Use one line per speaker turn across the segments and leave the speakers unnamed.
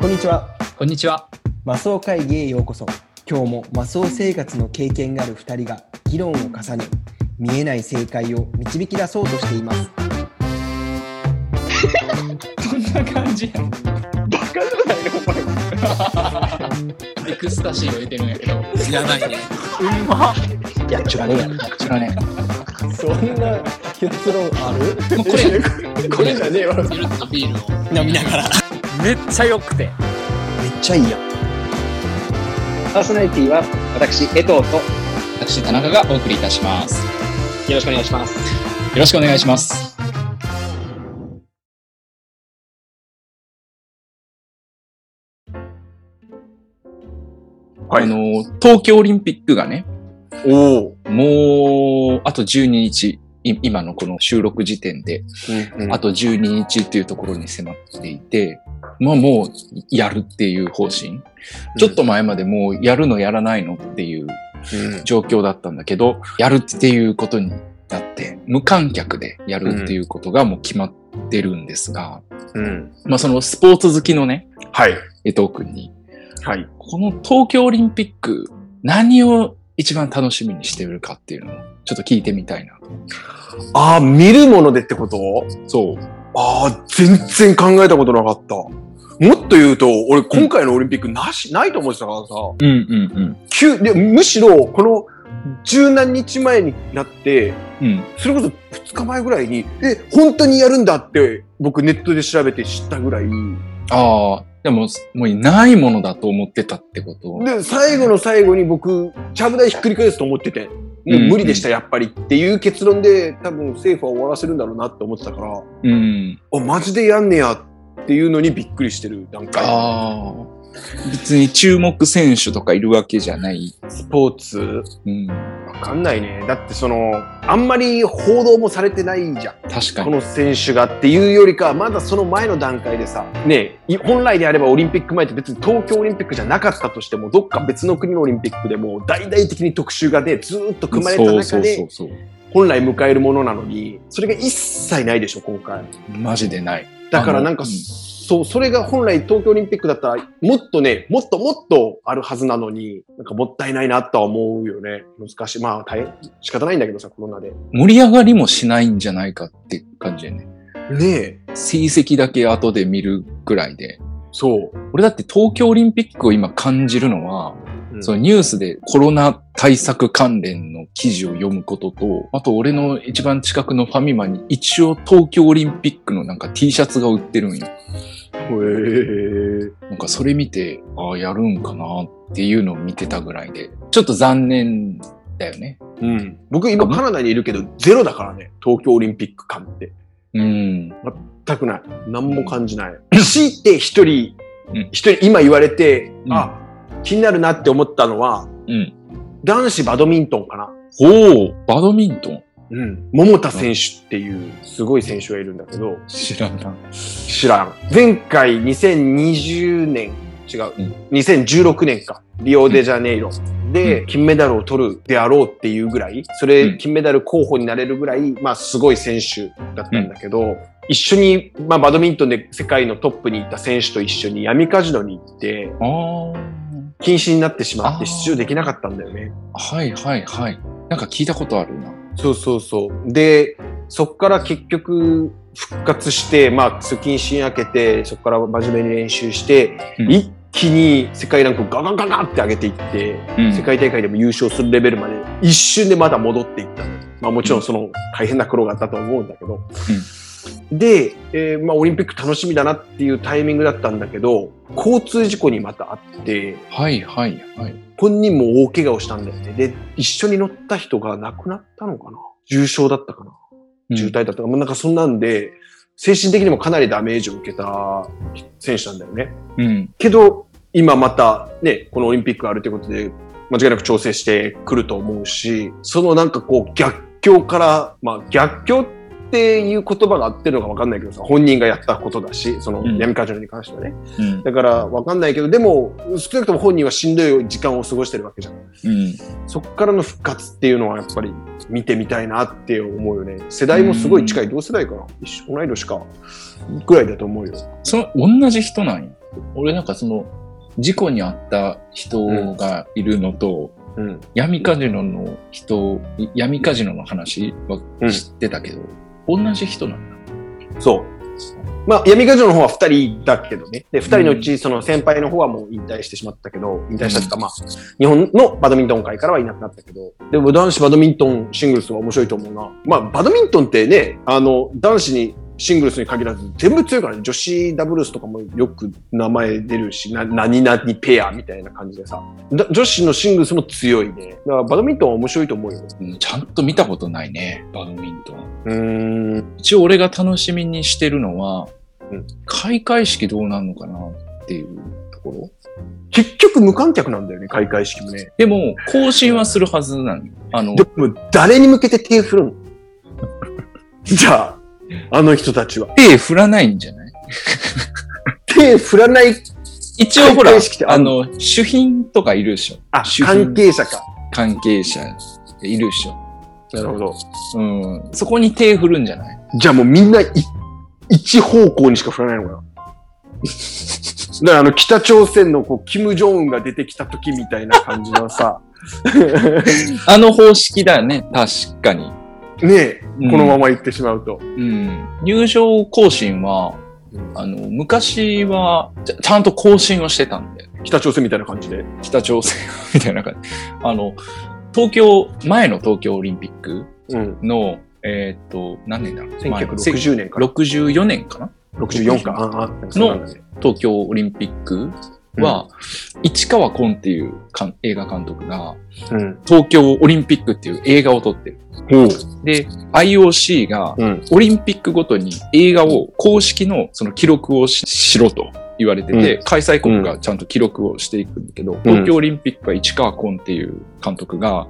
こんにちは。
こんにちは。
マスオ会議へようこそ。今日もマスオ生活の経験がある2人が議論を重ね、見えない正解を導き出そうとしています。
こんな感じや。
バカじゃないのお前
エクスタシーを入れてるんやけど。
やばいね。
やっちゅらねや。
知らね
そんな結論ある
え。もうこれ、
これじゃねえわ
ゆるっとビールを。
飲みながら。めっちゃ良くて。
めっちゃいいやん。
パーソナリティは私江藤とよ
私、田中がお送りいたします。よ
ろしくお願いします
ろしくお願いします。
はい
あの、東京オリンピックがね、
おお、
もう、あと12日、い今のこの収録時点で、
うん
あと12日っていうところに迫っていて、まあもうやるっていう方針。ちょっと前までもうやるのやらないのっていう状況だったんだけど、やるっていうことになって、無観客でやるっていうことがもう決まってるんですが、
うん、
まあそのスポーツ好きのね、
はい
江藤くんに、
はい
この東京オリンピック、何を一番楽しみにしてるかっていうのをちょっと聞いてみたいな。
ああ見るものでってこと
そう。
ああ全然考えたことなかったもっと言うと俺今回のオリンピックなし、ないと思ってたからさ
うんうん
急でむしろこの十何日前になって
うん。うん。
それこそ2日前ぐらいにえ本当にやるんだって僕ネットで調べて知ったぐらい
ああ、でも、もうないものだと思ってたってこと。
で、最後の最後に僕、ちゃぶ台ひっくり返すと思ってて、もう無理でした、やっぱりっていう結論で、多分政府は終わらせるんだろうなって思ってたから、
うん。
あ、マジでやんねやっていうのにびっくりしてる段階。
ああ。別に注目選手とかいるわけじゃない。
スポーツ
うん。
わかんないね。だってその、あんまり報道もされてないじゃん。
確か
こ
に。
の選手がっていうよりか、まだその前の段階でさ、ねえい本来であればオリンピック前って別に東京オリンピックじゃなかったとしても、どっか別の国のオリンピックでも大々的に特集がね、ずーっと組まれた中で、
そうそうそうそう。
本来迎えるものなのに、それが一切ないでしょ、今回。
マジでない。
だからなん
あのう
か、
ん
そう、それが本来東京オリンピックだったら、もっとね、もっともっとあるはずなのに、なんかもったいないなとは思うよね。難しい。まあ、大変、仕方ないんだけどさ、コロナで。
盛り上がりもしないんじゃないかって感じでね。
ねえ。
成績だけ後で見るぐらいで。
そう。
俺だって東京オリンピックを今感じるのは、
うん
そのニュースでコロナ対策関連の記事を読むことと、あと俺の一番近くのファミマに一応東京オリンピックのなんか T シャツが売ってるんよ。
へえ。
なんかそれ見て、ああ、やるんかなっていうのを見てたぐらいで、ちょっと残念だよね。
うん。僕今カナダにいるけど、ゼロだからね、東京オリンピック感って。
うん。
全くない。何も感じない。強いて一人
うん、
一人、今言われて、
うん
あ、気になるなって思ったのは、
うん。
男子バドミントンかな。
ほう、バドミントン
うん。桃田選手っていうすごい選手がいるんだけど、
知らない。
知らん。前回2020年、違う、
うん
2016年か、リオデジャネイロで
うん
金メダルを取るであろうっていうぐらい、そうれ
ん
金メダル候補になれるぐらい、まあすごい選手だったんだけど、一緒に、まあバドミントンで世界のトップに行った選手と一緒に闇カジノに行って、
あ
禁止になってしまって
あー
出場できなかったんだよね。
あ、はいはいはい。なんか聞いたことあるな。
そうそうそう。で、そこから結局復活して、まあ、通勤し明けて、そこから真面目に練習して、
うん
一気に世界ランクをガガガガって上げていって、
うん
世界大会でも優勝するレベルまで、一瞬でまだ戻っていったの。まあ、もちろんその大変な苦労があったと思うんだけど。で、えーまあ、オリンピック楽しみだなっていうタイミングだったんだけど、交通事故にまたあって、
はいはいはい。
本人も大怪我をしたんだよね。で、一緒に乗った人が亡くなったのかな重傷だったかな渋滞だったか、まあなんかそんなんで、精神的にもかなりダメージを受けた選手なんだよね。
うん。
けど、今またね、このオリンピックがあるということで、間違いなく調整してくると思うし、そのなんかこう逆境から、まあ逆境っていう言葉が合ってるのかわかんないけどさ、本人がやったことだし、その
うん
闇カジノに関してはね。
うん。
だからわかんないけど、でも少なくとも本人はしんどい時間を過ごしてるわけじゃん。
うん。
そこからの復活っていうのはやっぱり見てみたいなって思うよね。世代もすごい近い、同世代かな一緒同い年かぐらいだと思うよ。
その、同じ人なんや。俺なんかその、事故に遭った人がいるのと、
うん。
闇カジノの人、闇カジノの話は知ってたけど、同じ人なんだ。
そう。まあ、闇カジノの方は2人だけどね。で、2人のうち、その先輩の方はもう引退してしまったけど、引退したとか、まあ、日本のバドミントン界からはいなくなったけど、でも男子バドミントンシングルスは面白いと思うな。まあ、バドミントンってね、あの、男子に、シングルスに限らず全部強いからね、女子ダブルスとかもよく名前出るし、な何々ペアみたいな感じでさ、だ女子のシングルスも強いね。だからバドミントンは面白いと思うよ。
うんちゃんと見たことないね、バドミントン。
うーん。
一応俺が楽しみにしてるのは、
うん
開会式どうなるのかなっていうところ。
結局無観客なんだよね、開会式もね。
でも、更新はするはずなの。あの
で、も、誰に向けて手振る のじゃあ、あの人たちは。
手振らないんじゃない
手振らない、
一応ほら
開会式って、あ
あの、主賓とかいるでしょ。
あ、
主賓
関係者か。
関係者いるでしょ。
なるほど。
うん。そこに手振るんじゃない
じゃあもうみんない一方向にしか振らないのか な。だからあの、北朝鮮のこう、キム・ジョンウンが出てきた時みたいな感じのさ、
あの方式だよね。確かに。
ねえ、
うん
このまま言ってしまうと。
うん。入場更新は、あの、昔はちゃ、ちゃんと更新をしてたんで。
北朝鮮みたいな感じで。
北朝鮮みたいな感じ。あの、東京、前の東京オリンピック
うん。
の、えーっと、何年だろう。
1960年から。
64年かな
64か。ああ、そうなんだね
東京オリンピックは、市川崑っていうかん映画監督が、
うん。
東京オリンピックっていう映画を撮ってる。
ほう。
で、IOC が、
うん。
オリンピックごとに映画を公式のその記録をししろと言われてて、開催国がちゃんと記録をしていくんだけど、東京オリンピックは市川崑っていう監督が、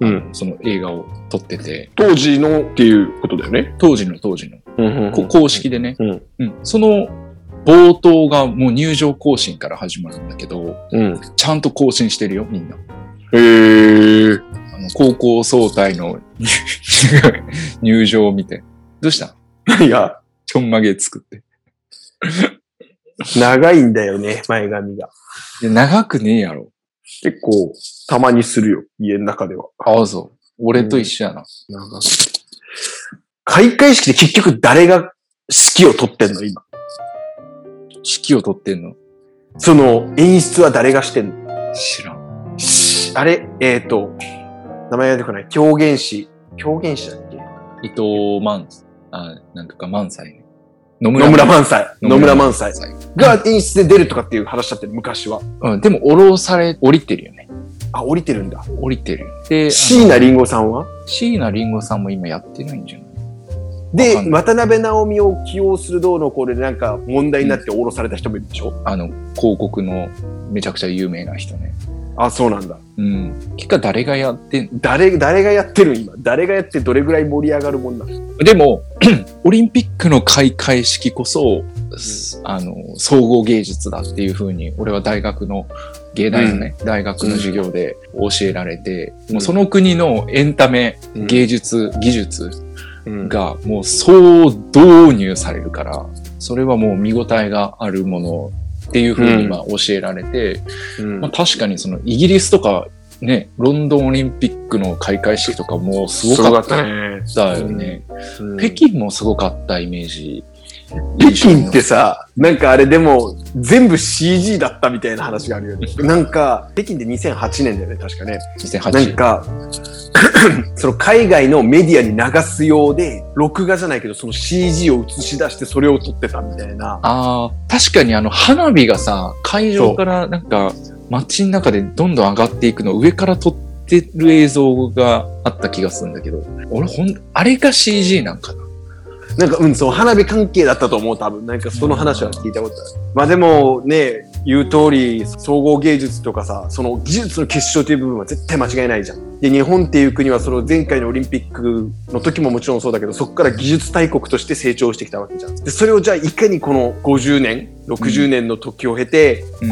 うん。
その映画を撮ってて、
当時のっていうことだよね。
当時の当時の、
うん
こ公式でね、
うん。
うん、その冒頭がもう入場更新から始まるんだけど、
うん。
ちゃんと更新してるよ、みんな。
へえ。
あの高校総体の 入場を見て、どうした
いや、
ちょんまげ作って。
長いんだよね、前髪が。
いや長くねえやろ。
結構、たまにするよ、家の中では。
ああ、そう。俺と一緒やな。
開会式で結局誰が指揮を取ってんの、今。
指揮を取ってんの
その、演出は誰がしてんの
知らん。
あれ、えっ、ー、と、名前が出てこない。狂言師。狂言師だっけ
伊藤万、あ、なんとか万歳ね。野
野村萬斎。野村萬
万
斎。
歳。
が演出で出るとかっていう話だったよ、昔は。
うん、でも降ろされ、降りてるよね。
あ、降りてるんだ。
降りてるよ。で、
椎名林檎さんは
椎名林檎さんも今やってないんじゃない
で
わかん、
渡辺直美を起用するどうのこれでなんか問題になって降ろされた人もいるでしょ、
あの、広告のめちゃくちゃ有名な人ね。
あ、そうなんだ。
うん。結果誰がやってん
誰、誰がやってるん今。誰がやってどれぐらい盛り上がるもんなの
でも、 オリンピックの開会式こそ、すあの、総合芸術だっていうふうに、俺は大学の、芸大のね、大学の授業で教えられて、
うん
もうその国のエンタメ、芸術、技術
が、
がもう総導入されるから、それはもう見応えがあるものっていうふうに今教えられて、まあ、確かにそのイギリスとかね、ロンドンオリンピックの開会式とかもすごかった
ね。
よね。
うん
北京もすごかったイメージ。
北京ってさ、なんかあれでも、全部 CG だったみたいな話があるよね。なんか、北京って2008年だよね、確かね。
2008
なんか、 その海外のメディアに流すようで、録画じゃないけど、その CG を映し出してそれを撮ってたみたいな。
ああ、確かにあの花火がさ、会場からなんか街の中でどんどん上がっていくのを上から撮ってる映像があった気がするんだけど、俺ほん、あれが CG なんかな。
なんか、うん、そう、花火関係だったと思う、多分。なんか、その話は聞いたことある。まあでも、ね、言う通り、総合芸術とかさ、その技術の結晶という部分は絶対間違いないじゃん。で、日本っていう国は、その前回のオリンピックの時ももちろんそうだけど、そこから技術大国として成長してきたわけじゃん。で、それをじゃあ、いかにこの50年、60年の時を経て、
うん。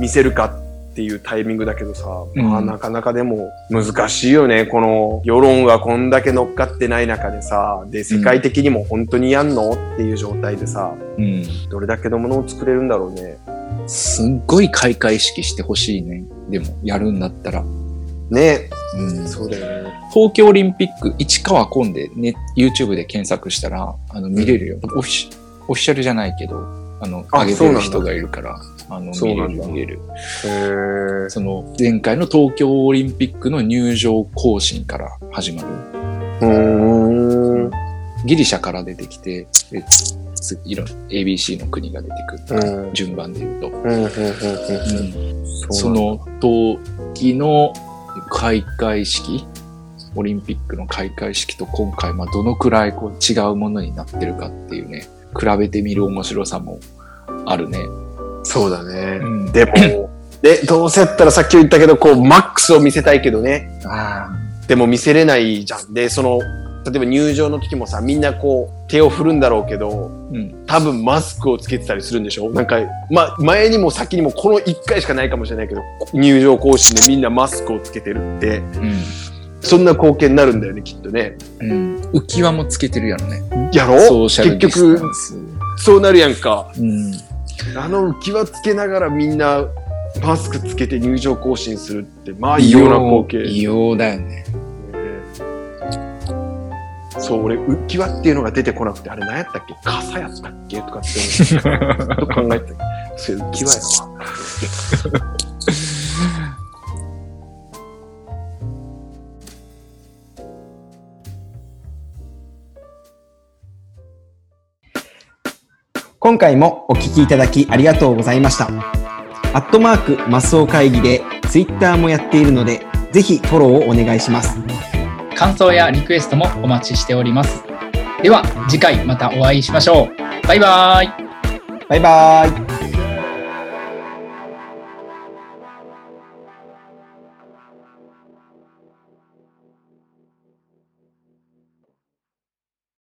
見せるかっていうタイミングだけどさ、まあ
うん
なかなかでも難しいよね。この世論がこんだけ乗っかってない中でさ、で、世界的にも本当にやんのっていう状態でさ、
うん。
どれだけのものを作れるんだろうね。
すっごい開会式してほしいね。でも、やるんだったら。
ね
うん
そうだよね。
東京オリンピック市川コンで、ね、YouTube で検索したらあの見れるよ、オフィシオフィシャルじゃないけどあの
あ
上げ
そう
て
なん
る
だ
人がいるからあの
そう
見
な
れ
んだ
る見れる
へー
その前回の東京オリンピックの入場行進から始まる
うーん。
ギリシャから出てきてでついろん ABC の国が出てくる、
うん
順番で言うと、
うんうんうんうん
その時の開会式、オリンピックの開会式と今回、まあ、どのくらいこう違うものになってるかっていうね、比べてみる面白さもあるね。
そうだね
う。ん、
でも、で、どうせやったらさっきも言ったけど、こう、マックスを見せたいけどね。
あ
でも見せれないじゃん。で、その、例えば入場の時もさ、みんなこう、手を振るんだろうけど、
ーうん、
多分マスクをつけてたりするんでしょなんか、ま、前にも先にもこの1回しかないかもしれないけど、入場行進でみんなマスクをつけてるって、そんな光景になるんだよね、きっとね。
うん、うん。浮き輪もつけてるやろね。
や
ソ
ろ
ーシャル
結
ディス
局
タ、ンス。
そうなるやんか。
うん、
あの浮き輪つけながらみんなマスクつけて入場行進するって、まあ異様な光景。
異様だよね。
そう、俺、浮き輪っていうのが出てこなくて、あれ何やったっけ傘やったっけとかって思って、ちょっと考えてた。それ浮き輪やわ。
今回もお聞きいただきありがとうございました。アットマークマスオ会議で Twitter もやっているので、ぜひフォローをお願いします。
感想やリクエストもお待ちしております。では次回またお会いしましょう。バイバイ。
バイバーイ。